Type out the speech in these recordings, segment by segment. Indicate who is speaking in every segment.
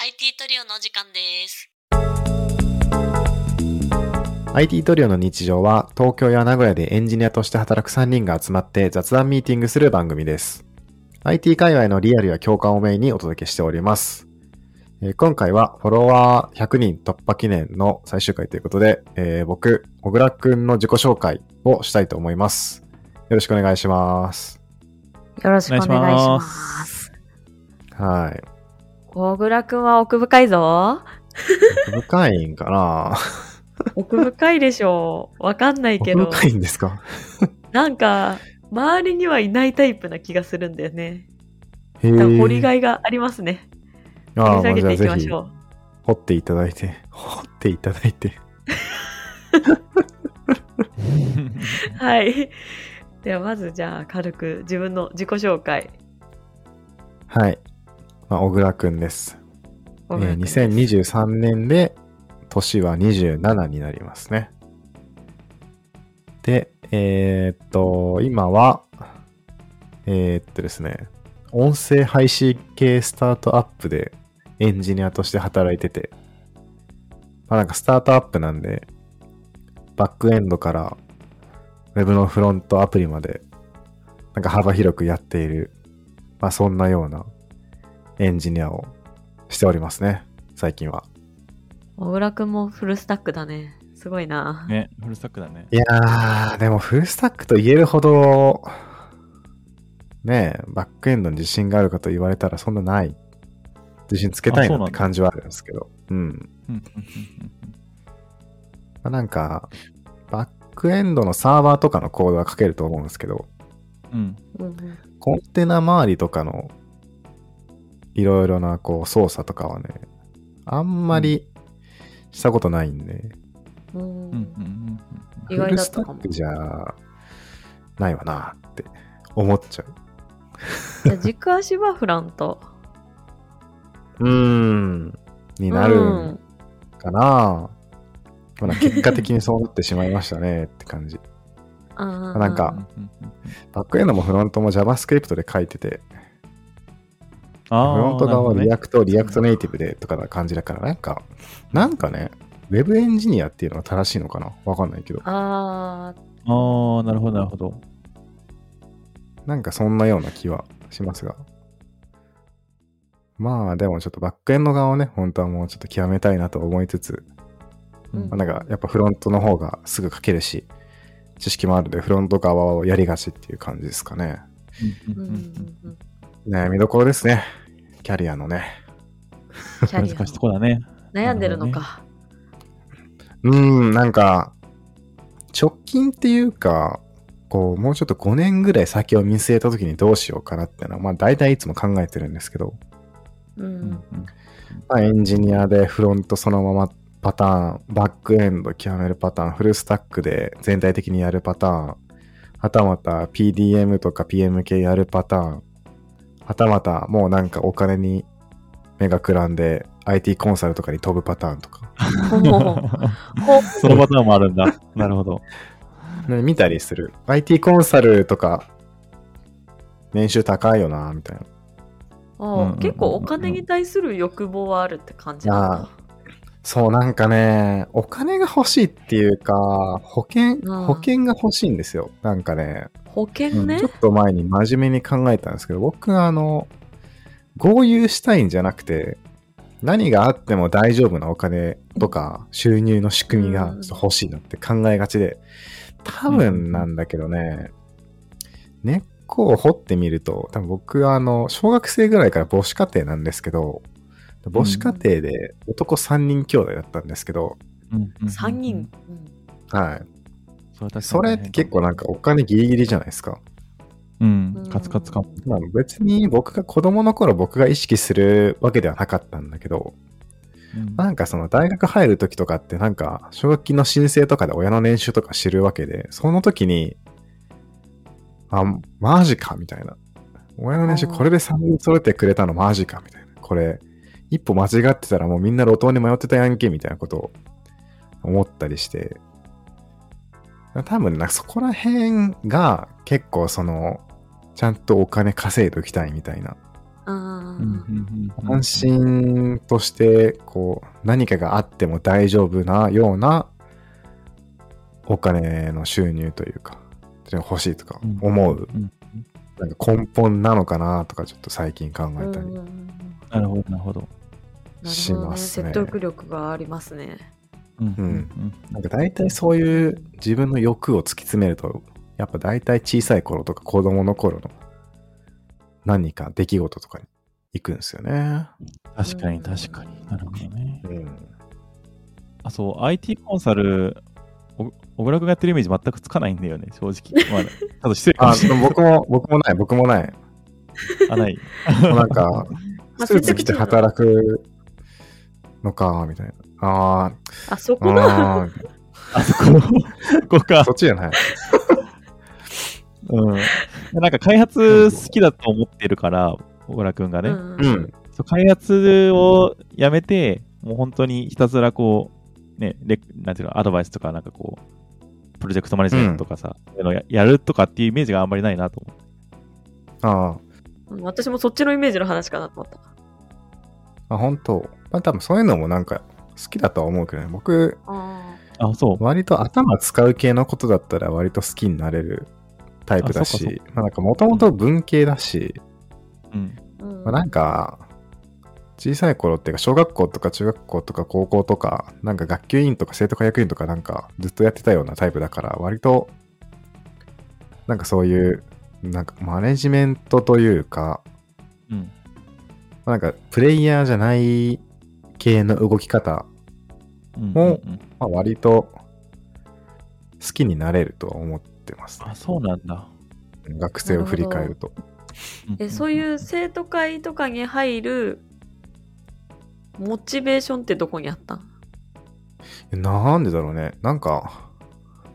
Speaker 1: IT トリオのお時間です。
Speaker 2: IT トリオの日常は東京や名古屋でエンジニアとして働く3人が集まって雑談ミーティングする番組です。IT 界隈のリアルや共感をメインにお届けしております。えー今回はフォロワー100人突破記念の最終回ということで、えー僕、小倉くんの自己紹介をしたいと思います。よろしくお願いします。
Speaker 3: よろしくお願いし
Speaker 4: お願いし
Speaker 3: ま。
Speaker 4: ます
Speaker 2: はい。
Speaker 3: 大倉くんは奥深いぞ。
Speaker 2: 深いんかな
Speaker 3: 奥深いでしょう。わかんないけど、
Speaker 2: 深いんですか
Speaker 3: なんか、周りにはいないタイプな気がするんだよね。
Speaker 2: へ
Speaker 3: だから掘り
Speaker 2: ぇ
Speaker 3: がいがありますね。
Speaker 2: ー。
Speaker 3: 掘り
Speaker 2: あ
Speaker 3: 下
Speaker 2: ー
Speaker 3: げ
Speaker 2: ま
Speaker 3: て
Speaker 2: あ
Speaker 3: い
Speaker 2: じ
Speaker 3: き
Speaker 2: ゃあ
Speaker 3: ま
Speaker 2: ぜひ
Speaker 3: しょ
Speaker 2: 掘っていただいて、掘っていただいて。
Speaker 3: う。はい。 では、まずじゃあ、軽く自分の自己紹介。
Speaker 2: はい。まあ、小倉くんです。え
Speaker 3: 小倉
Speaker 2: ー
Speaker 3: くんです
Speaker 2: 2023年で、年は27になりますね。で、えーっと、今は、えーっとですね、音声配信系スタートアップでエンジニアとして働いてて、まあなんかスタートアップなんで、バックエンドから、ウェブのフロントアプリまで、なんか幅広くやっている、まあそんなようなエンジニアをしておりますね、最近は。
Speaker 3: 小倉くんもフルスタックだね。すごいな。
Speaker 4: ね、フルスタックだね。
Speaker 2: いやー、でもフルスタックと言えるほど、ねえ、バックエンドに自信があるかと言われたらそんなない。自信つけたい
Speaker 4: あそ
Speaker 2: な
Speaker 4: うな
Speaker 2: っ
Speaker 4: んだ
Speaker 2: て感じはあるんですけど。うん。
Speaker 4: うんうん
Speaker 2: まあ、なんか、バックエンドのサーバーとかのコードは書けると思うんですけど、
Speaker 4: うんうん
Speaker 3: うん
Speaker 2: コンテナ周りとかのいろいろなこう操作とかはね、あんまりしたことないんで、
Speaker 3: うん
Speaker 4: うんうんうん
Speaker 3: 意
Speaker 2: フ
Speaker 3: 外
Speaker 2: ル
Speaker 3: だっ
Speaker 2: スタ
Speaker 3: たかも
Speaker 2: ック。じゃないわなって思っちゃう。
Speaker 3: じゃあ軸足はフラント。
Speaker 2: うーん。になる
Speaker 3: うん
Speaker 2: んかな、まあ結果的にそうなってしまいましたねって感じ。
Speaker 3: あー
Speaker 2: なんか
Speaker 4: うんうんうん
Speaker 2: バックエンドもフロントも JavaScript で書いてて、フ
Speaker 4: あー
Speaker 2: ロント側は
Speaker 4: なるほどね
Speaker 2: リアクト、リアクトネイティブでとかな感じだから、なんか、なんかね、ウェブエンジニアっていうのは正しいのかなわかんないけど、
Speaker 3: あ
Speaker 4: あー、なるほど、なるほど。
Speaker 2: なんかそんなような気はしますが。まあでもちょっとバックエンド側をね、本当はもうちょっと極めたいなと思いつつ、
Speaker 3: うん
Speaker 2: まあなんかやっぱフロントの方がすぐ書けるし、知識もあるんでフロント側をやりがちっていう感じですかね。
Speaker 3: ーうんうんうん
Speaker 2: 悩みどころですね。キャリアのね。
Speaker 3: キャリア
Speaker 4: 難しいと
Speaker 3: の
Speaker 4: こだね。
Speaker 3: 悩んでるのか。
Speaker 2: うーん、なんか、直近っていうか、こう、もうちょっと5年ぐらい先を見据えた時にどうしようかなってのは、まあ大体いつも考えてるんですけど、
Speaker 3: う
Speaker 4: うんんうん
Speaker 2: まあエンジニアでフロントそのままパターン、バックエンド極めるパターン、フルスタックで全体的にやるパターン、はたまた PDM とか PMK やるパターン、はたまたもうなんかお金に目がくらんで IT コンサルとかに飛ぶパターンとか、
Speaker 3: ほう
Speaker 4: そのパターンもあるんだ。なるほど。
Speaker 2: ね見たりする。IT コンサルとか、年収高いよな、みたいな。
Speaker 3: あ
Speaker 4: うんうんうんう
Speaker 3: ー
Speaker 4: ん
Speaker 3: 結構お金に対する欲望はあるって感じなんだ
Speaker 2: そう、なんかね、お金が欲しいっていうか、保険、
Speaker 3: うん
Speaker 2: 保険が欲しいんですよ。なんかね、
Speaker 3: 保険ね
Speaker 2: ちょっと前に真面目に考えたんですけど、僕はあの、合流したいんじゃなくて、何があっても大丈夫なお金とか収入の仕組みがちょっと欲しいなって考えがちで、多分なんだけどね、根っこを掘ってみると、多分僕はあの、小学生ぐらいから母子家庭なんですけど、母子家庭で男3人兄弟だったんですけど、
Speaker 3: 3人。
Speaker 2: はい。
Speaker 4: それは確かに
Speaker 2: それって結構なんかお金ギリギリじゃないですか。
Speaker 4: うん、カツカツか。
Speaker 2: まあ別に僕が子供の頃僕が意識するわけではなかったんだけど、
Speaker 4: うん
Speaker 2: なんかその大学入る時とかってなんか奨学金の申請とかで親の年収とか知るわけで、その時に、あ、マジかみたいな。親の年収これで3人揃えてくれたのマジかみたいな。これ、一歩間違ってたらもうみんな路頭に迷ってたやんけみたいなことを思ったりして、多分なんかそこら辺が結構その、ちゃんとお金稼いでおきたいみたいな
Speaker 3: うん
Speaker 4: う
Speaker 3: うんんうん
Speaker 4: うんうん
Speaker 2: 安心として、こう、何かがあっても大丈夫なようなお金の収入というか、それが欲しいとか
Speaker 4: うん
Speaker 2: 思う
Speaker 4: うん、
Speaker 2: なんか根本なのかなとか、ちょっと最近考
Speaker 3: うんう
Speaker 2: え
Speaker 3: ん
Speaker 2: た
Speaker 3: うん
Speaker 2: り
Speaker 3: なる
Speaker 4: なるほど、なるほど。
Speaker 2: し
Speaker 3: ほど
Speaker 2: ま
Speaker 3: ね
Speaker 2: す
Speaker 3: 説
Speaker 2: ね。
Speaker 3: 得力がありますね。
Speaker 4: うん
Speaker 2: うんなんか大体そういう自分の欲を突き詰めると、やっぱ大体小さい頃とか子供の頃の何か出来事とかに行くんですよね。
Speaker 4: 確かに、確かに。なるほどね。
Speaker 2: うん。
Speaker 4: あ、そう、IT コンサル、お小倉君がやってるイメージ全くつかないんだよね、正直。まあ、ただ失礼かも
Speaker 2: あ
Speaker 4: しれ、
Speaker 2: で
Speaker 4: ない。
Speaker 2: も僕も、僕もない、僕もない。
Speaker 4: あ、ない。
Speaker 2: なんか、
Speaker 3: まあ
Speaker 2: スーツ着て働くのか、みたいな。あ
Speaker 3: あそ
Speaker 2: ー
Speaker 3: こが
Speaker 2: あー、
Speaker 4: あそこ、 ここか
Speaker 2: そ。っちじゃない。
Speaker 4: うん。なんか開発好きだと思ってるから、小倉君がね。
Speaker 3: うんうん
Speaker 2: うん。
Speaker 4: そう開発をやめて、もう本当にひたすらこう、ね、レなんていうの、アドバイスとか、なんかこう、プロジェクトマネジメントとかさ、そういうのややるとかっていうイメージがあんまりないなと思って。
Speaker 2: あー
Speaker 3: うん私もそっちのイメージの話かなと思った。
Speaker 2: あ、本当まあ多分そういうのもなんか好きだとは思うけどね。僕、
Speaker 3: あ
Speaker 4: あ、そう。
Speaker 2: 割と頭使う系のことだったら割と好きになれるタイプだ
Speaker 4: あそう
Speaker 2: し、まあなんかもともと文系だし、
Speaker 4: うん。
Speaker 3: ーうん
Speaker 2: まあ、なんか、小さい頃っていうか、小学校とか中学校とか高校とか、なんか学級委員とか生徒会役員とかなんかずっとやってたようなタイプだから、割と、なんかそういう、なんかマネジメントというか、
Speaker 4: うん。
Speaker 2: まあなんかプレイヤーじゃない系の動き方、
Speaker 4: うん
Speaker 2: お
Speaker 4: うんうん
Speaker 2: まあ、割と好きになれるとは思ってます、
Speaker 4: あ、そうなんだ。
Speaker 2: 学生を振り返ると。
Speaker 3: えそう
Speaker 4: う
Speaker 3: い
Speaker 4: ん。
Speaker 3: う生徒会とかに入るモチベーションってどこにあったん
Speaker 2: えなんでだろうね。なんか、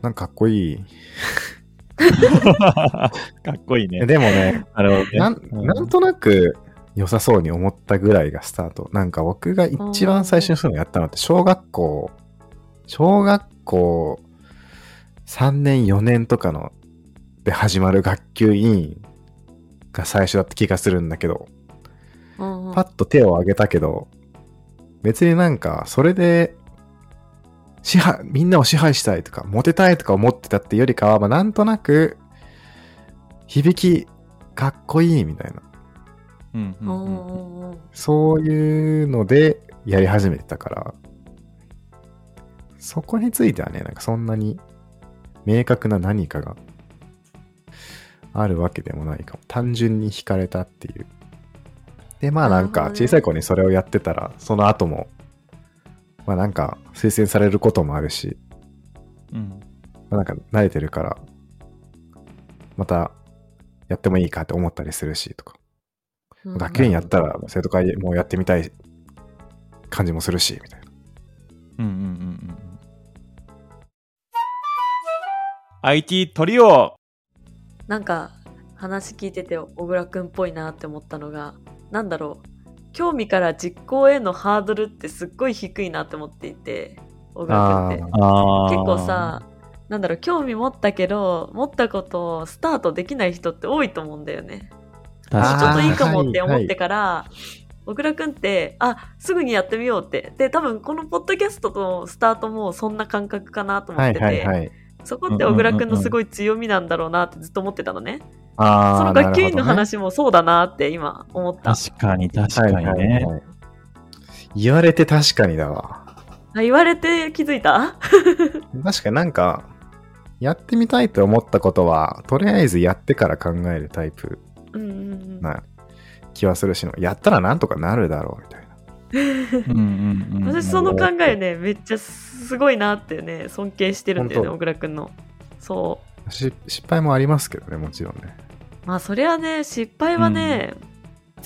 Speaker 2: なんかかっこいい。
Speaker 4: かっこいいね
Speaker 2: え。でもね、
Speaker 4: なるほどね。
Speaker 2: なん
Speaker 4: うん
Speaker 2: なんとなく良さそうに思ったぐらいがスタート。なんか僕が一番最初にそういうのやったのって、小学校、小学校3年4年とかので始まる学級委員が最初だった気がするんだけど、
Speaker 3: うんうん
Speaker 2: パッと手を挙げたけど、別になんかそれで支配、みんなを支配したいとか、モテたいとか思ってたってよりかは、まあ、なんとなく、響き、かっこいいみたいな。
Speaker 4: うんう
Speaker 3: うん
Speaker 4: うん
Speaker 3: んうんうん
Speaker 2: そういうのでやり始めてたから、そこについてはね、なんかそんなに明確な何かがあるわけでもないかも。単純に惹かれたっていう。で、まあなん
Speaker 3: な
Speaker 2: か
Speaker 3: るほどね
Speaker 2: 小さい頃にそれをやってたら、その後も、まあなんか推薦されることもあるし、
Speaker 4: うん。
Speaker 2: まあ、なんか慣れてるから、またやってもいいかって思ったりするしとか。
Speaker 3: うん
Speaker 2: 学級委員やったら生徒会もやってみたい感じもするしみたいな
Speaker 4: うんうんうんうんうん IT トリオ
Speaker 3: なんか話聞いてて小倉くんっぽいなって思ったのがなんだろう興味から実行へのハードルってすっごい低いなって思っていて小倉くんって
Speaker 4: あ
Speaker 3: 結構さなんだろう興味持ったけど持ったことをスタートできない人って多いと思うんだよね
Speaker 2: あー
Speaker 3: ちょっといいかもって
Speaker 2: はいはい
Speaker 3: 思ってから、小倉くんって、あ、すぐにやってみようって。で、多分このポッドキャストのスタートもそんな感覚かなと思
Speaker 2: は
Speaker 3: っ
Speaker 2: い
Speaker 3: て
Speaker 2: はい
Speaker 3: て、
Speaker 2: はい
Speaker 3: そこって小倉くんのすごい強みなんだろうなってずっと思ってたのね。
Speaker 2: あー
Speaker 3: その学級委員の
Speaker 2: なる
Speaker 3: 話もそうだなって今思った。
Speaker 4: 確かに確
Speaker 2: ほ
Speaker 4: か
Speaker 2: どね
Speaker 4: に
Speaker 2: はい
Speaker 4: ね
Speaker 2: はい。はい言われて確かにだわ
Speaker 3: あ言われて気づいた
Speaker 2: 確かになんかやってみたいと思ったことはとりあえずやってから考えるタイプ
Speaker 3: うんうん
Speaker 2: な気はするしやったらなんとかなるだろうみたいな
Speaker 4: うんうん
Speaker 3: うん。
Speaker 4: うん
Speaker 3: 私その考えね、めっちゃすごいなってね、尊敬してるんだよね、
Speaker 2: 本
Speaker 3: 小倉くんの。そう。
Speaker 2: し失敗もありますけどねもちろんね
Speaker 3: まあそれはね失敗はね、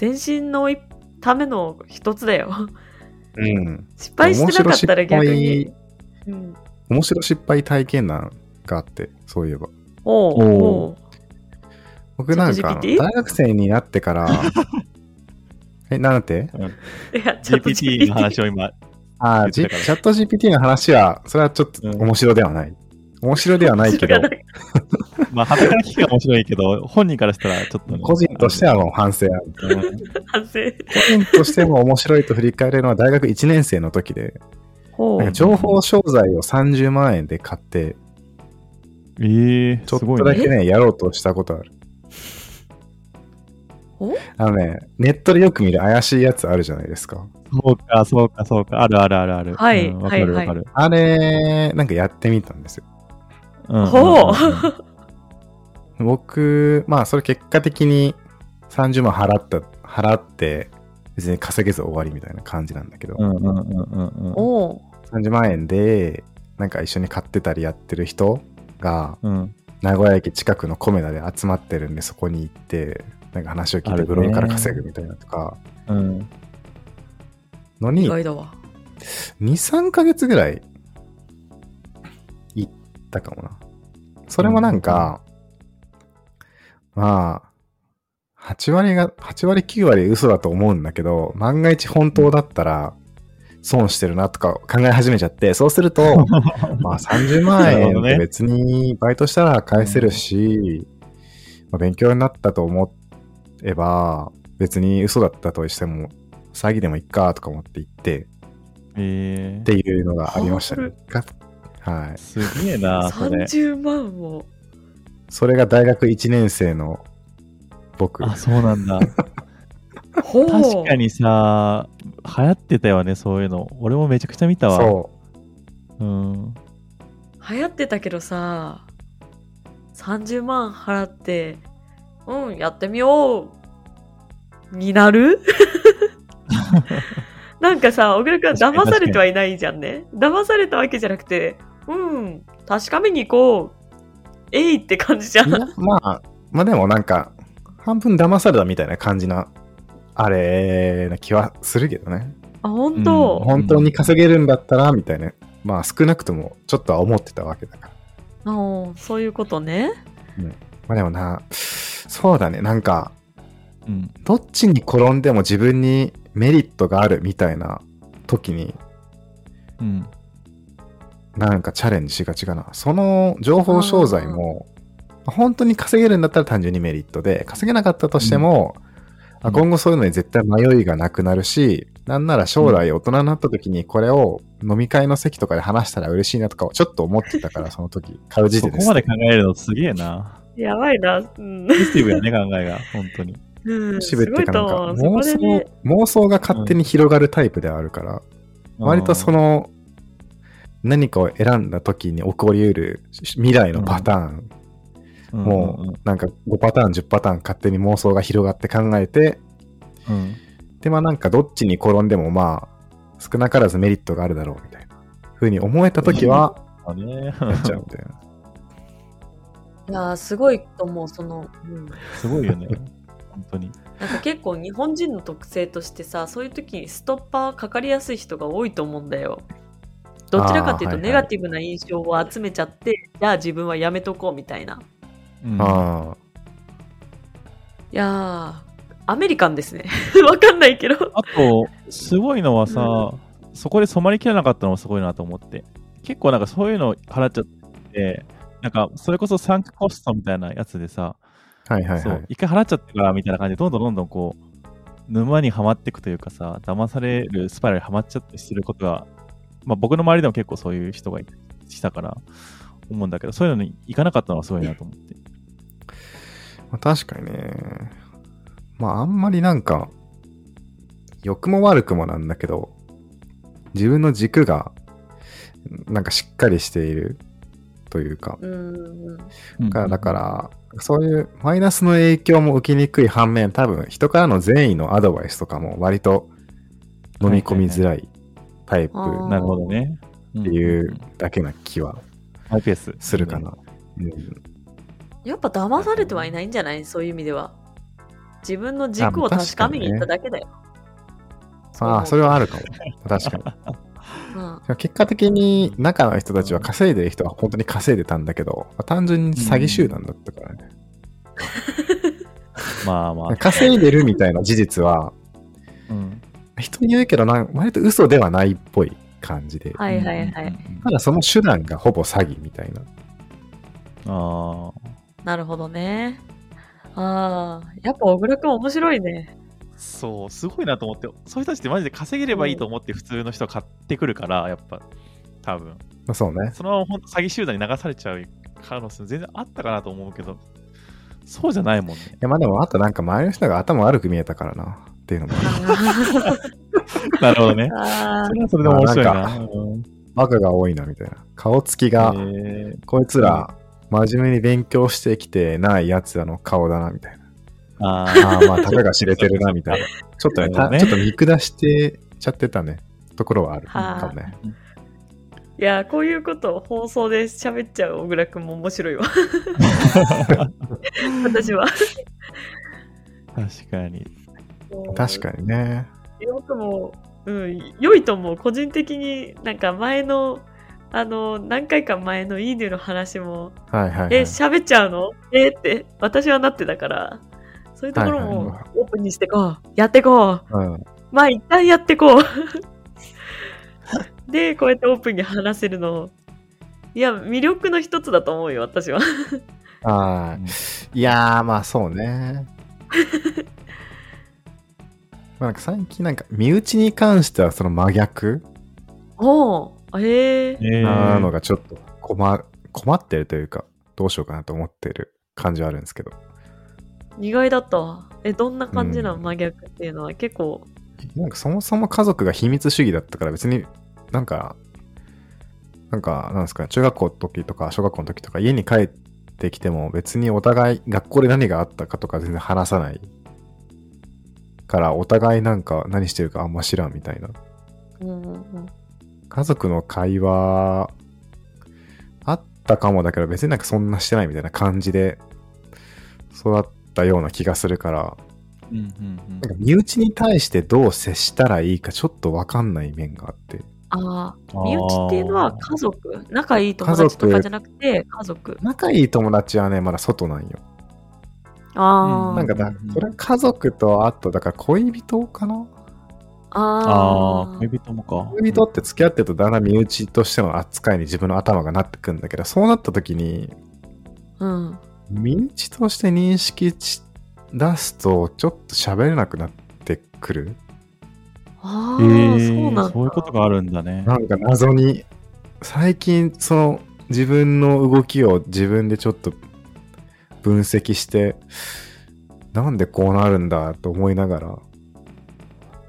Speaker 3: 前進のいための一つだよ
Speaker 2: うん
Speaker 3: 失敗してなかったら逆
Speaker 2: 面白
Speaker 3: に
Speaker 2: 失敗
Speaker 3: うん、
Speaker 2: 面白失敗体験談があってそういえば
Speaker 3: おう
Speaker 4: お
Speaker 3: おう
Speaker 2: 僕なんか
Speaker 3: ChatGPT？
Speaker 2: 大学生になってから、え、なんだって
Speaker 3: いやチャット
Speaker 4: GPT の話
Speaker 3: を
Speaker 4: を今。
Speaker 2: ああ、
Speaker 4: 言って
Speaker 2: チ
Speaker 4: た
Speaker 2: ャ
Speaker 4: から
Speaker 2: ット GPT の話は、それはちょっと
Speaker 4: うん
Speaker 2: 面白ではない。面白では ないけど
Speaker 3: 知ら、ない
Speaker 4: まあ、はから聞きは面白い けど、本人からしたらちょっとね、
Speaker 2: 個人としてはもう反省ある。
Speaker 3: 反省。
Speaker 2: 個人としても面白いと振り返れるのは大学1年生の時で、
Speaker 3: ほ
Speaker 2: なんか情報商材を30万円で買って、
Speaker 4: えー、
Speaker 2: ちょっ
Speaker 4: すご
Speaker 2: と
Speaker 4: い
Speaker 2: だ
Speaker 4: ね。
Speaker 2: けね、やろうとしたことある。
Speaker 3: お
Speaker 2: あのね、ネットでよく見る怪しいやつあるじゃないですか。
Speaker 4: そうか、そうか、そうか。あるあるあるある。
Speaker 3: はい
Speaker 4: うんわ、かる
Speaker 3: は
Speaker 4: わ
Speaker 3: い
Speaker 4: かる。
Speaker 2: あれ、なんかやってみたんですよ。
Speaker 4: うん
Speaker 3: ほ
Speaker 2: 僕、まあそれ結果的に30万払った、払って、別に稼げず終わりみたいな感じなんだけど、
Speaker 4: うんうんうんうんうんうん
Speaker 3: おう
Speaker 2: 30万円で、なんか一緒に買ってたりやってる人が、
Speaker 4: うん。
Speaker 2: 名古屋駅近くのコメダで集まってるんで、そこに行って、なんか話を聞い
Speaker 4: ある
Speaker 2: て
Speaker 4: ね
Speaker 2: ブログから稼ぐみたいなとか、
Speaker 4: うん。
Speaker 2: の
Speaker 3: 意
Speaker 2: に、
Speaker 3: 外だわ。
Speaker 2: 23ヶ月ぐらい行ったかもなそれもなんか、まあ8割が8割9割嘘だと思うんだけど万が一本当だったら損してるなとか考え始めちゃってそうする とまあ30万
Speaker 4: なるほ
Speaker 2: 円
Speaker 4: ど
Speaker 2: っ
Speaker 4: ね
Speaker 2: て別にバイトしたら返せるし、まあ、勉強になったと思えば別に嘘だったとしても詐欺でもいっかとか思って行って、
Speaker 4: え
Speaker 2: っていうのがありましたね
Speaker 3: ハ。
Speaker 2: かはい
Speaker 4: ー、。すげえな、それ。
Speaker 3: 30万 も。
Speaker 2: それが大学1年生の僕。
Speaker 4: あ、そうなんだ。
Speaker 3: ほう
Speaker 4: 確かにさ、流行ってたよね、そういうの。俺もめちゃくちゃ見たわ。。
Speaker 2: そう
Speaker 4: うん。
Speaker 3: 流行ってたけどさ30万払ってうんやってみようになる なんかさ小倉君は
Speaker 4: 確かに
Speaker 3: 騙されてはいないじゃんね騙されたわけじゃなくてうん確かめに行こうえいって感じじゃ
Speaker 2: う。いや
Speaker 3: ん
Speaker 2: まあ、まあでもなんか、半分騙されたみたいな感じな、あれな気はするけどね。
Speaker 3: あ本当、
Speaker 4: うん
Speaker 2: 本当に稼げるんだったら、みたいな。まあ少なくともちょっとは思ってたわけだから。
Speaker 3: あそういうことね
Speaker 2: まあでもな、そうだね。なんか、
Speaker 4: うん。
Speaker 2: どっちに転んでも自分にメリットがあるみたいな時に、
Speaker 4: うん。
Speaker 2: なんかチャレンジしがちかな。その情報商材も、本当に稼げるんだったら単純にメリットで、稼げなかったとしても、あ
Speaker 4: うん
Speaker 2: 今後そういうのに絶対迷いがなくなるし、なんなら将来大人になった時にこれを飲み会の席とかで話したら嬉しいなとかをちょっと思ってた から、その時、買う時
Speaker 4: そ
Speaker 2: 点で
Speaker 4: こ
Speaker 2: す。
Speaker 4: まで考えるのすげえな。
Speaker 3: やばいなうん、
Speaker 4: ポジティブやね、考えが。本当に。
Speaker 3: うん、す
Speaker 2: しべって
Speaker 3: ごい
Speaker 2: かな
Speaker 3: と
Speaker 2: んか
Speaker 3: 思うそこ
Speaker 2: 妄想、
Speaker 3: でね
Speaker 2: 妄想が勝手に広がるタイプではあるから、 割とそ
Speaker 4: の、
Speaker 2: の、何かを選んだ時に起こりうる未来のパターン
Speaker 4: うん
Speaker 2: もうなんか5パターン10パターン勝手に妄想が広がって考えて
Speaker 4: うん。うん
Speaker 2: でまあなんかどっちに転んでもまあ少なからずメリットがあるだろうみたいな風に思えた時は
Speaker 4: だね。
Speaker 2: やっちゃうみたいな
Speaker 3: いやーすごいと思うその、うん、
Speaker 4: すごいよね。本当に。
Speaker 3: なんか結構日本人の特性としてさそういう時にストッパーかかりやすい人が多いと思うんだよどちらかというと
Speaker 2: あーはいはい
Speaker 3: ネガティブな印象を集めちゃって、じゃあ自分はやめとこうみたいな
Speaker 4: うん
Speaker 2: あ
Speaker 3: いやーアメリカンですね わかんないけど
Speaker 4: あと、すごいのはさ、そこで染まりきらなかったのもすごいなと思って。結構なんかそういうの払っちゃって、なんかそれこそサンクコストみたいなやつでさ、
Speaker 2: あはいはい
Speaker 4: そ
Speaker 2: は
Speaker 4: う
Speaker 2: い
Speaker 4: 一回払っちゃってからみたいな感じで、どんどんどんどんこう、沼にはまっていくというかさ、騙されるスパイラルにはまっちゃってすることが、まあ僕の周りでも結構そういう人がいしたから、思うんだけど、そういうのに行かなかったのはすごいなと思って。
Speaker 2: まあ確かにねまああんまりなんか良くも悪くもなんだけど自分の軸がなんかしっかりしているというか
Speaker 3: うーん
Speaker 4: う
Speaker 2: だ
Speaker 4: ん
Speaker 2: から、だからそういうマイナスの影響も受けにくい反面、多分人からの善意のアドバイスとかも割と飲み込みづらいタイプ
Speaker 3: はいはいはい
Speaker 4: なるほどね。っ
Speaker 2: っていうだけな気は
Speaker 4: マイペース。
Speaker 2: するかな。うん
Speaker 3: やっぱ騙されてはいないんじゃないそういう意味では自分の軸を
Speaker 2: あまあ
Speaker 3: 確かめに行っただけだよ、
Speaker 2: まあ、それはあるかも。確 か
Speaker 3: うん
Speaker 2: に。結果的に中の人たちは稼いでる人は本当に稼いでたんだけど、まあ単純に詐欺集団だったからね。
Speaker 4: ま あまあ。
Speaker 2: 稼いでるみたいな事実は、
Speaker 4: うん
Speaker 2: 人に言うけどなん、割と嘘ではないっぽい感じで。
Speaker 3: はいはいはい、
Speaker 4: うんうんうん
Speaker 2: ただその手段がほぼ詐欺みたいな。
Speaker 4: ああ。
Speaker 3: なるほどね。ああ、やっぱ小倉くん面白い ね。
Speaker 4: そう、すごいなと思って、そういう人たちってマジで稼げればいいと思って普通の人は買ってくるから、やっぱ、多分。
Speaker 2: まあ、そうね。
Speaker 4: そのまま本当詐欺集団に流されちゃう可能性全然あったかなと思うけど、そうじゃないもんね
Speaker 2: い。や、まあでも、あとなんか周りの人が頭悪く見えたからな。っていうのもある、
Speaker 4: なるほどね。
Speaker 3: あ
Speaker 4: それはそれで面白いな。
Speaker 2: まあなんバカが多いな、みたいな。顔つきが、
Speaker 4: え
Speaker 2: こいつら、真面目に勉強してきてないやつらの顔だな、みたいな。
Speaker 4: ー、あー
Speaker 2: ああ、まあ、たかが知れてるな、みたいな。ちょっとね、
Speaker 4: そうだ
Speaker 2: た
Speaker 4: ね
Speaker 2: ちょっと見下してちゃってたね、ところはある
Speaker 3: はい
Speaker 2: かもね。
Speaker 3: いや、こういうことを放送で喋っちゃう小倉くんも面白いわ。私は。
Speaker 4: 確かに。
Speaker 2: 確かにね。
Speaker 3: に。よくも、うん、良いと思う。個人的になんか前の、あの、何回か前のイーデュの話も、
Speaker 2: はいはい、はい。
Speaker 3: え、喋っちゃうのえーって、私はなってたから、そういうところ
Speaker 2: はいはい
Speaker 3: も
Speaker 2: は
Speaker 3: オープンにしてこう。やってこう。
Speaker 2: うん。
Speaker 3: まあ一旦やっ てこう。で、こうやってオープンに話せるの。いや、魅力の一つだと思うよ、私は。
Speaker 2: あーいやー、まあそうね。まあなんか最近なんか身内に関してはその真逆
Speaker 3: おお、へえ。
Speaker 4: え
Speaker 2: なのがちょっと困困ってるというかどうしようかなと思ってる感じはあるんですけど
Speaker 3: 意外だったわ。え、どんな感じなの、
Speaker 2: うん
Speaker 3: 真逆っていうのは結構。
Speaker 2: なんかそもそも家族が秘密主義だったから別になんかなんかなんですかね中学校の時とか小学校の時とか家に帰ってきても別にお互い学校で何があったかとか全然話さないからお互いなんか何してるかあんま知らんみたいな
Speaker 3: うんうんうん、
Speaker 2: 家族の会話あったかもだけど別になんかそんなしてないみたいな感じで育ったような気がするから
Speaker 4: うんうん
Speaker 2: なんか身内に対してどう接したらいいかちょっとわかんない面があって
Speaker 3: あ
Speaker 4: う
Speaker 3: あ、
Speaker 4: ん
Speaker 3: 身内っていうのは家族仲いい友達とかじゃなくて、家族。
Speaker 2: 仲いい友達はねまだ外なんよ
Speaker 3: ああ、
Speaker 2: なんかだ
Speaker 4: うんうんうん
Speaker 2: それは家族とあとだから恋人かな
Speaker 4: あ
Speaker 3: あ
Speaker 4: ー
Speaker 3: あ、
Speaker 4: 恋人もか。
Speaker 2: 恋人って付き合ってるとだんだん身内としての扱いに自分の頭がなってくんだけどそうなった時に
Speaker 3: うん。
Speaker 2: 身内として認識し出すとちょっと喋れなくなってくる
Speaker 3: ああ、
Speaker 4: えー
Speaker 3: そうなんだ。
Speaker 4: そういうことがあるんだね。
Speaker 2: なんか謎に最近その自分の動きを自分でちょっと分析してなんでこうなるんだと思いながら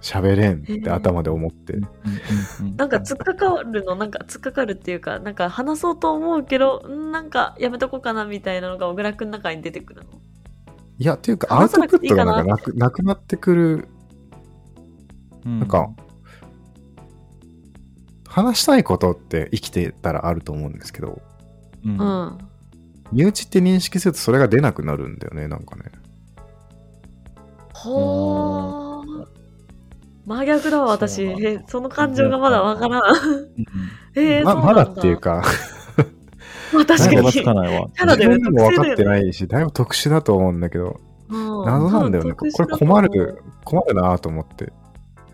Speaker 2: 喋れんって頭で思って、
Speaker 4: うんうんうん
Speaker 3: なんか突っかかるの、なんか突っかかるっていうか、なんか話そうと思うけど、んなんかやめとこうかなみたいなのが小倉くんの中に出てくるの。
Speaker 2: いやっていうかアウ
Speaker 3: 話さ
Speaker 2: ト
Speaker 3: な
Speaker 2: プ
Speaker 3: くて
Speaker 2: ッ
Speaker 3: いい
Speaker 2: ト
Speaker 3: か
Speaker 2: が
Speaker 3: な
Speaker 2: なんかなくなくなってくる
Speaker 4: うん
Speaker 2: なんか話したいことって生きてたらあると思うんですけど
Speaker 4: うん
Speaker 3: うん。
Speaker 2: 身内って認識するとそれが出なくなるんだよねなんかね
Speaker 3: ほー。真逆だわ、私。
Speaker 4: そうなんだ
Speaker 3: え、その感情がまだわからん。えー、
Speaker 2: ま
Speaker 3: そう
Speaker 2: ま
Speaker 3: なんだ
Speaker 2: だっていう。か
Speaker 3: まあ、確
Speaker 4: な
Speaker 3: か
Speaker 4: んか
Speaker 3: に。
Speaker 4: つかないわ。
Speaker 3: ただ
Speaker 2: 自
Speaker 3: でも
Speaker 2: 分でも分かってないしだいぶ特殊だと思うんだけど
Speaker 3: うん
Speaker 2: 謎なんだよね。こ
Speaker 3: 特殊
Speaker 2: れ
Speaker 3: だと思
Speaker 2: 困
Speaker 3: う
Speaker 2: る、困るなと思って。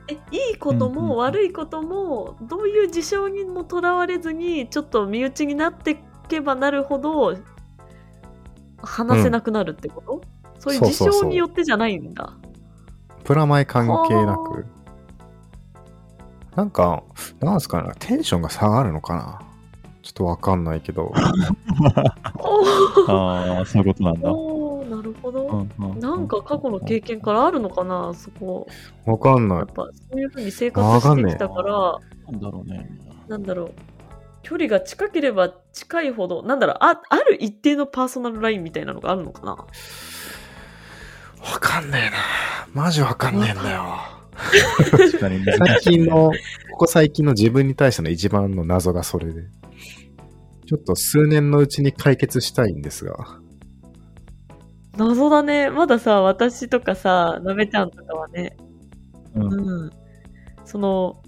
Speaker 3: えいいこと
Speaker 4: うんうんうん
Speaker 3: も悪いことも、どういう事象にもとらわれずにちょっと身内になっていけばなるほど話せなくなるってこと、そういう
Speaker 2: そ
Speaker 3: 事
Speaker 2: うそう
Speaker 3: 象
Speaker 2: そう
Speaker 3: によってじゃないんだ
Speaker 2: プラマイ関係な
Speaker 3: は
Speaker 2: く。なんか、なんすかね、テンションが下がるのかなちょっとわかんないけど。
Speaker 4: ああ、そういうことなんだ。
Speaker 3: おーなるほど、
Speaker 4: うう
Speaker 3: なんか過去の経験からあるのかなそこ
Speaker 2: わかん
Speaker 3: や
Speaker 2: ない
Speaker 3: っ。ぱそういうふうに生活してきたから
Speaker 4: なんだろうね。
Speaker 3: なんだろう距離が近ければ近いほどなんだろうあある一定のパーソナルラインみたいなのがあるのかな
Speaker 2: わかんねえな。マジわかんねえんだよ。
Speaker 4: 確かに難し
Speaker 2: 最
Speaker 4: いね
Speaker 2: 近の、ここ最近の自分に対しての一番の謎がそれで。ちょっと数年のうちに解決したいんですが。
Speaker 3: 謎だね。まださ、私とかさ、なべちゃんとかはね、
Speaker 4: うん
Speaker 3: うん。その、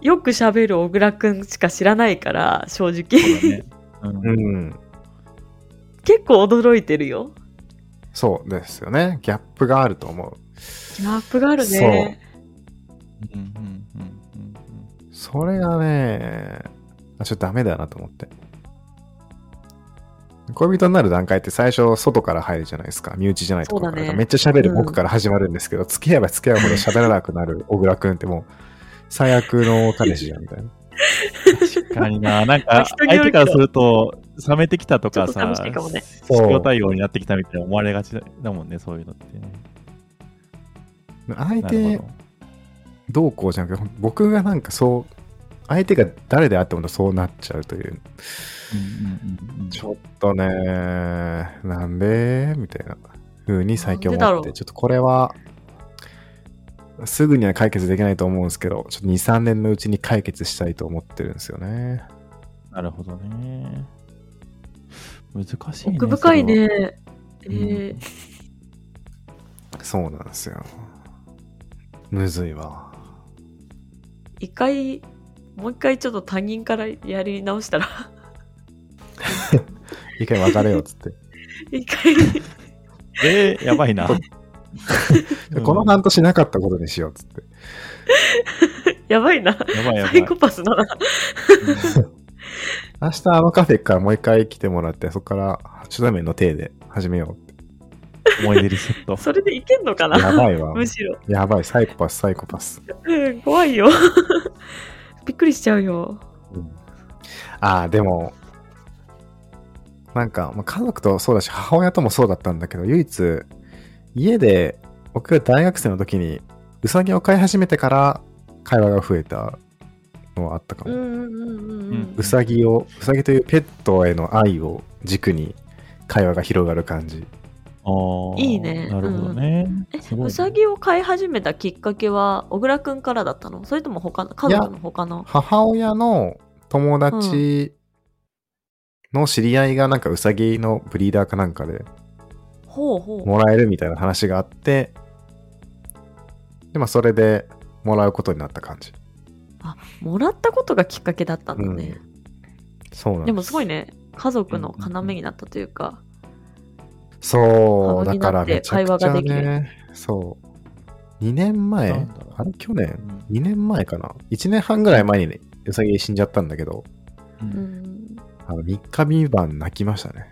Speaker 3: よく喋る小倉くんしか知らないから、正
Speaker 4: そう
Speaker 3: 直。
Speaker 4: だねうん
Speaker 2: うん。
Speaker 3: 結構驚いてるよ。
Speaker 2: そうですよね。ギャップがあると思う。
Speaker 3: ギャップがあるね。
Speaker 4: うんうんうんうんうん
Speaker 2: それがね、あちょっとダメだなと思って。恋人になる段階って最初外から入るじゃないですか。身内じゃないところから。
Speaker 3: そうだね
Speaker 2: めっちゃ喋る
Speaker 3: うん
Speaker 2: 僕から始まるんですけど、付き合えば付き合うほど喋らなくなる小倉くんってもう、最悪の彼氏じゃんみたいな。
Speaker 4: 確かにな。なんか、
Speaker 3: 人による
Speaker 4: 相手
Speaker 3: け
Speaker 4: か
Speaker 3: ど
Speaker 4: らすると、冷めてきたとか
Speaker 3: ちょっと
Speaker 4: さ、
Speaker 3: 寂しいかもね
Speaker 4: 失業対応になってきたみたいな思われがちだもんね、そういうのって。
Speaker 2: 相
Speaker 4: なる
Speaker 2: 手
Speaker 4: ほど。
Speaker 2: どうこうじゃなくて、僕がなんかそう、相手が誰であってもそうなっちゃうという。
Speaker 4: うんうんうんうん
Speaker 2: ちょっとね、なんでみたいな風に最近思
Speaker 3: なんでだ
Speaker 2: っ
Speaker 3: ろ
Speaker 2: て、
Speaker 3: う
Speaker 2: ちょっとこれは、すぐには解決できないと思うんですけど、ちょっと2、3年のうちに解決したいと思ってるんですよね。
Speaker 4: なるほどね。難しいね。
Speaker 3: 奥深い
Speaker 4: それは。
Speaker 3: ね。えー
Speaker 4: うん
Speaker 2: そうなんですよ。むずいわ。
Speaker 3: 一回、もう一回ちょっと他人からやり直したら、
Speaker 2: 一回別れようっつ って。
Speaker 3: 一回、
Speaker 4: で、やばいな。
Speaker 2: でこの半年なかったことにしようっつって。
Speaker 3: やばいな。
Speaker 4: やばいやば
Speaker 3: サ
Speaker 4: い
Speaker 3: イ。コパスだな。
Speaker 2: 明日あのカフェからもう一回来てもらって、そこから初対面の体で始めよ
Speaker 4: 思い出リセ ット。
Speaker 3: それでいけんのか
Speaker 2: うって。や
Speaker 3: な
Speaker 2: ばいわ。
Speaker 3: むしろ。
Speaker 2: やばい。サイコパス、サイコパス。
Speaker 3: うん、怖いよ。 びっくりしちゃうよ。
Speaker 2: ああ、でも、なんか、まあ、家族とそうだし、母親ともそうだったんだけど、唯一、家で、僕が大学生の時に、うさぎを飼い始めてから、会話が増えたのはあったか
Speaker 3: う
Speaker 2: も。
Speaker 3: んうんうんう
Speaker 4: うんん。
Speaker 2: うさぎを、うさぎというペットへの愛を軸に、会話が広がる感じ。
Speaker 4: あー
Speaker 3: いいね
Speaker 4: なるほどね。
Speaker 3: え
Speaker 4: す、ごいね
Speaker 3: うさぎを飼い始めたきっかけは、小倉くんからだったのそれとも他の、彼女の他の。
Speaker 2: 母親の友達の知り合いが、なんかうさぎのブリーダーかなんかで、
Speaker 3: ほうほう。
Speaker 2: もらえるみたいな話があって、で、まあ、それでもらうことになった感じ。
Speaker 3: もらったことがきっかけだったんだね。
Speaker 2: そうなん
Speaker 3: で
Speaker 2: で
Speaker 3: も
Speaker 2: す。
Speaker 3: すごいね、家族の要になったというか、
Speaker 2: そう、
Speaker 3: 顔
Speaker 2: だ
Speaker 3: に
Speaker 2: か
Speaker 3: な
Speaker 2: ら
Speaker 3: って
Speaker 2: めちゃくちゃ
Speaker 3: 会話ができ
Speaker 2: ね、そう。2年
Speaker 4: な
Speaker 2: 前
Speaker 4: んだろう
Speaker 2: あれ去年
Speaker 4: うん
Speaker 2: ?2 年前かな ?1 年半ぐらい前にね、ウサギ死んじゃったんだけど、
Speaker 3: う
Speaker 4: うん
Speaker 3: ん、
Speaker 2: あの3日三晩泣きましたね。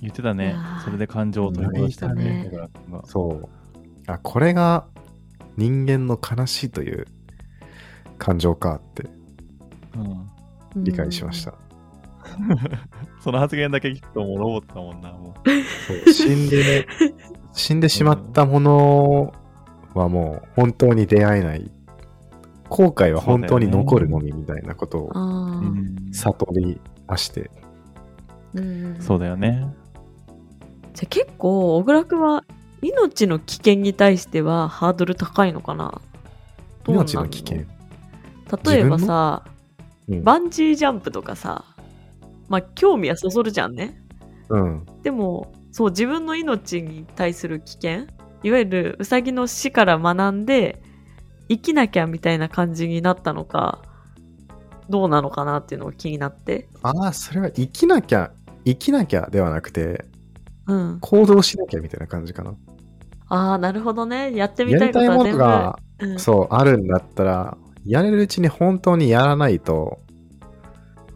Speaker 4: 言ってた
Speaker 3: い
Speaker 4: ね
Speaker 3: やー。
Speaker 4: それで感情を取り戻したね。
Speaker 3: 泣い
Speaker 4: 小倉君が
Speaker 2: そう。あ、これが人間の悲しいという感情かって
Speaker 4: うん
Speaker 2: 理解しました。
Speaker 4: その発言だけ聞くともうロボットだもんな。も
Speaker 2: そう死んで、死んでしまったものはもう本当に出会えない。後悔は本当に残るのみみたいなことを
Speaker 3: あ
Speaker 4: う
Speaker 3: ー
Speaker 4: うん
Speaker 2: 悟りまして。
Speaker 3: うん
Speaker 4: そうだよね。
Speaker 3: じゃあ結構小倉くんは命の危険に対してはハードル高いのかなどうなん
Speaker 2: 命の危険。
Speaker 3: 例えばさ
Speaker 2: うん。
Speaker 3: バンジージャンプとかさまあ興味はそそるじゃんね
Speaker 2: うん
Speaker 3: でもそう自分の命に対する危険いわゆるウサギの死から学んで生きなきゃみたいな感じになったのかどうなのかなっていうのが気になって
Speaker 2: ああ、それは生きなきゃ、生きなきゃではなくて、
Speaker 3: うん
Speaker 2: 行動しなきゃみたいな感じかな。
Speaker 3: ああなるほどねやってみ
Speaker 2: や
Speaker 3: たい
Speaker 2: り
Speaker 3: こ
Speaker 2: たい
Speaker 3: とは
Speaker 2: も
Speaker 3: 全
Speaker 2: の
Speaker 3: 部
Speaker 2: が、
Speaker 3: うん
Speaker 2: そう、あるんだったら、やれるうちに本当にやらないと、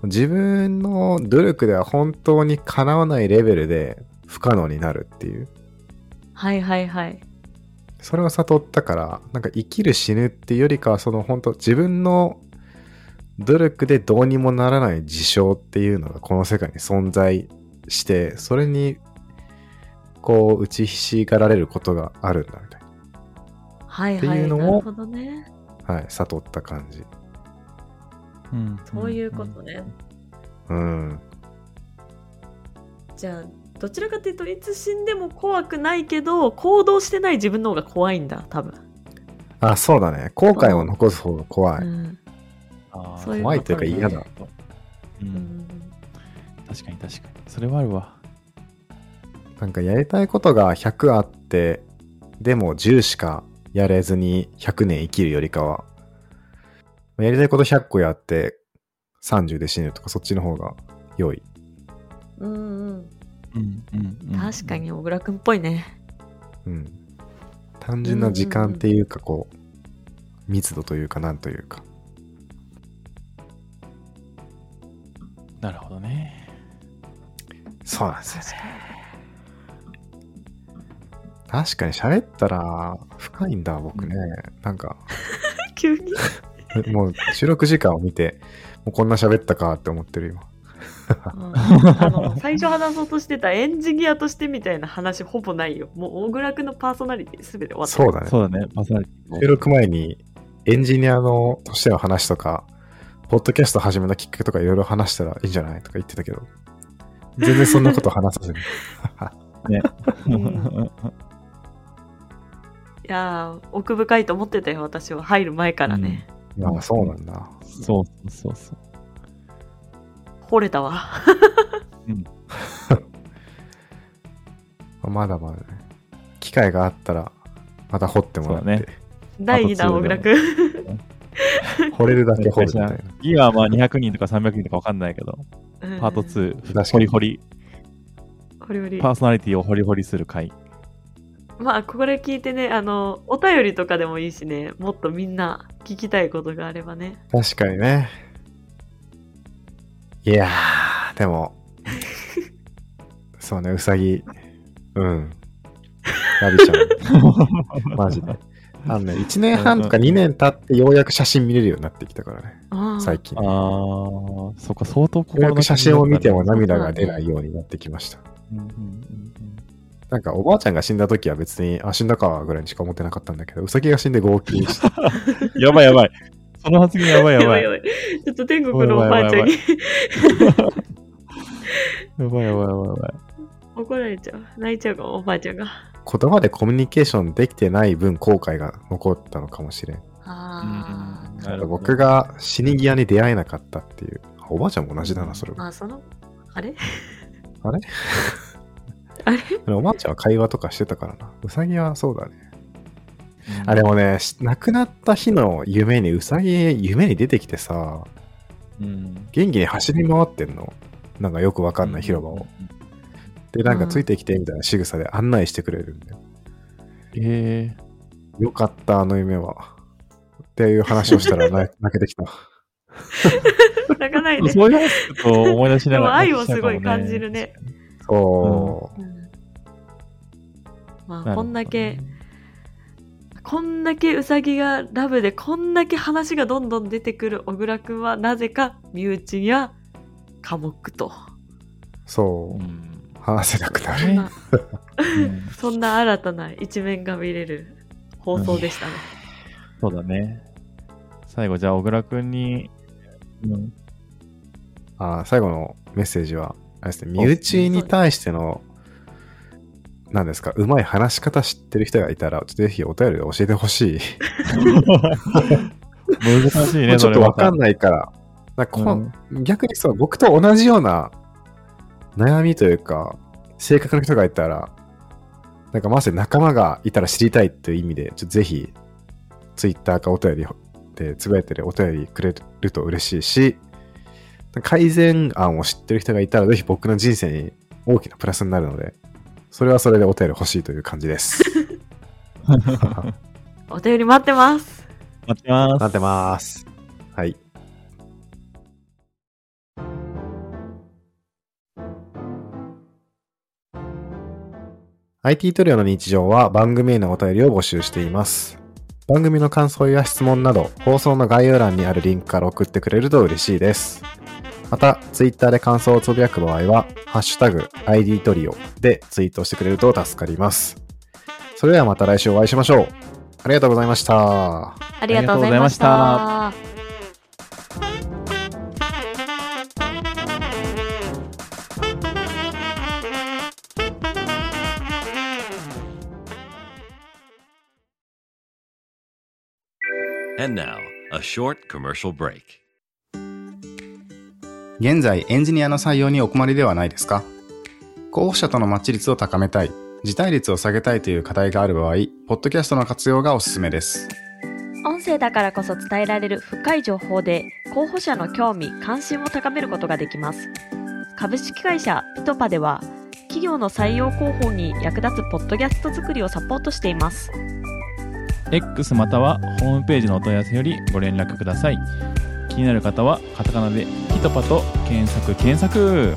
Speaker 2: 自分の努力では本当にかなわないレベルで不可能になるっていう。
Speaker 3: はいはいはい
Speaker 2: それを悟ったから、なんか生きる死ぬっていうよりかは、その本当自分の努力でどうにもならない事象っていうのがこの世界に存在して、それにこう打ちひしがられることがあるんだみたい
Speaker 3: はい
Speaker 2: って
Speaker 3: はい
Speaker 2: いうのを
Speaker 3: なるほどね
Speaker 2: な。はい、悟った感じ。
Speaker 4: うん
Speaker 3: そういうことね。
Speaker 2: うん。
Speaker 3: じゃあどちらかというといつ死んでも怖くないけど行動してない自分の方が怖いんだ多分、
Speaker 2: あ、そうだね。後悔を残す方が怖い。
Speaker 3: うん
Speaker 4: あー
Speaker 3: そういう
Speaker 2: 怖いというか嫌だ。
Speaker 4: う
Speaker 3: うんん
Speaker 4: 確かに確かに。それはあるわ。
Speaker 2: なんかやりたいことが100あって、でも10しかやれずに100年生きるよりかは、やりたいこと100個やって30で死ぬとかそっちの方が良い。
Speaker 3: うんうん
Speaker 4: うんうんうん
Speaker 3: 確か。に小倉くんっぽい ね
Speaker 2: うん。単純な時間っていうかこう、密度というかなんというか。
Speaker 4: なるほどね。
Speaker 2: そうなんですよね。確かに喋ったら深いんだ、僕ね。なんか、
Speaker 3: 急に。
Speaker 2: もう収録時間を見て、もうこんな喋ったかって思ってる今。
Speaker 3: あの最初話そうとしてたエンジニアとしてみたいな話ほぼないよ。もう大倉君のパーソナリティすべて終わった。
Speaker 2: そうだね。
Speaker 4: そうだね、パーソナリティも
Speaker 2: 収録前にエンジニアのとしての話とか、ポッドキャスト始めたきっかけとかいろいろ話したらいいんじゃないとか言ってたけど、全然そんなこと話さずに。
Speaker 3: うんいやー奥深いと思ってたよ私は入る前からね、
Speaker 2: まあそうなんだ。
Speaker 4: そうそうそうそう。
Speaker 3: 惚れたわ
Speaker 2: まだまだね。機会があったら、また掘ってもらっ
Speaker 4: そうだ
Speaker 2: て、
Speaker 3: 第2弾
Speaker 4: あと
Speaker 3: 大
Speaker 4: ツー
Speaker 3: 倉
Speaker 4: だ
Speaker 3: 君
Speaker 2: 掘れるだけ掘るみたいな。
Speaker 4: 今はまあ200人とか300人とかわかんないけど、パート
Speaker 3: うん
Speaker 4: 2、
Speaker 2: 確かに
Speaker 4: ホリホリ、
Speaker 3: これより
Speaker 4: パーソナリティをホリホリす る回。
Speaker 3: まあこれ聞いてねあのお便りとかでもいいしねもっとみんな聞きたいことがあればね
Speaker 2: 確かにね。いやー、でも、そうね、うさぎ、うん。ラビちゃん、マジで。あのね、1年半とか2年経ってようやく写真見れるようになってきたからね、
Speaker 3: あー
Speaker 2: 最近。
Speaker 4: あ
Speaker 2: よ
Speaker 4: ー、そっか、相当
Speaker 2: うやく写真を見ても
Speaker 4: な
Speaker 2: 涙が出ないようになってきました。
Speaker 4: うんうんうんうん
Speaker 2: なんかおばあちゃんが死んだ時は別に、あ、死んだかぐらいにしか思ってなかったんだけど、うさぎが死んで号泣して、
Speaker 4: やばいやばい。その発言やばいや
Speaker 3: や
Speaker 4: ば
Speaker 3: ば
Speaker 4: い。
Speaker 3: い
Speaker 4: や
Speaker 3: やばいちょっと天国のおばあちゃんに
Speaker 4: ばいやばいやばいやばい。
Speaker 3: 怒られちゃう泣いちゃうかもおばあちゃんが
Speaker 2: 言葉でコミュニケーションできてない分後悔が残ったのかもしれん。
Speaker 3: あ
Speaker 4: うん
Speaker 3: ー
Speaker 4: なるほど
Speaker 2: 僕が死に際に出会えなかったっていう。あおばあちゃんも同じだな、それは。
Speaker 3: まあそのあれ
Speaker 2: あれ
Speaker 3: あれ
Speaker 2: でもおばあちゃんは会話とかしてたからな。うさぎはそうだね。あ、でもね、し亡くなった日の夢にうさぎ、夢に出てきてさ、
Speaker 4: うん。
Speaker 2: 元気に走り回ってんの。なんかよくわかんない広場を。で、なんかついてきてみたいな仕草で案内してくれるんだよ。
Speaker 4: ええ
Speaker 2: よかった、あの夢は。っていう話をしたらな泣けてきた。
Speaker 3: 泣かないで
Speaker 4: そういう話ちょっと思い出しながら。
Speaker 3: でも愛をすごい感じるね。
Speaker 2: そう。
Speaker 3: うんまあこんだけこんだけウサギがラブでこんだけ話がどんどん出てくる小倉くんはなぜか身内や寡黙と
Speaker 2: そうう。
Speaker 4: ん。
Speaker 2: 話せなくな
Speaker 3: そ
Speaker 2: る。
Speaker 3: んな
Speaker 4: うん
Speaker 3: そんな新たな一面が見れる放送でしたね。
Speaker 4: そうだね。最後、じゃあ、小倉くんに、うん
Speaker 2: あ最後のメッセージは、あれですね、身内に対しての、なんですか、うまい話し方知ってる人がいたら、ちょっとぜひお便りで教えてほしい。
Speaker 4: 難し いね、
Speaker 2: ち
Speaker 4: そ
Speaker 2: ょっ
Speaker 4: れ
Speaker 2: と
Speaker 4: は
Speaker 2: わかんないから。なんかこん逆にそう、僕と同じような悩みというか、性格の人がいたら、なんかまさに仲間がいたら知りたいという意味で、ちょっとぜひ、ツイッターかお便りでつぶやいてるお便りくれると嬉しいし、改善案を知ってる人がいたら、ぜひ僕の人生に大きなプラスになるので、それはそれでお便り欲しいという感じです。
Speaker 3: お便り待ってます。
Speaker 4: 待ってます。
Speaker 2: なってます。はい。IT トリオの日常は番組へのお便りを募集しています。番組の感想や質問など、放送の概要欄にあるリンクから送ってくれると嬉しいです。また、Twitter で感想をつぶやく場合は、ハッシュタグ ID トリオでツイートしてくれると助かります。それではまた来週お会いしましょう。ありがとうございました。
Speaker 3: ありがとうございまし
Speaker 4: ありがとうござい
Speaker 3: た。
Speaker 5: And now, a short commercial break.
Speaker 6: 現在エンジニアの採用にお困りではないですか候補者とのマッチ率を高めたい、辞退率を下げたいという課題がある場合、ポッドキャストの活用がおすすめです。
Speaker 7: 音声だからこそ伝えられる深い情報で候補者の興味関心を高めることができます株式会社ピトパでは企業の採用広報に役立つポッドキャスト作りをサポートしています
Speaker 4: X またはホームページのお問い合わせよりご連絡ください。気になる方はカタカナで「キトパ」と検索検索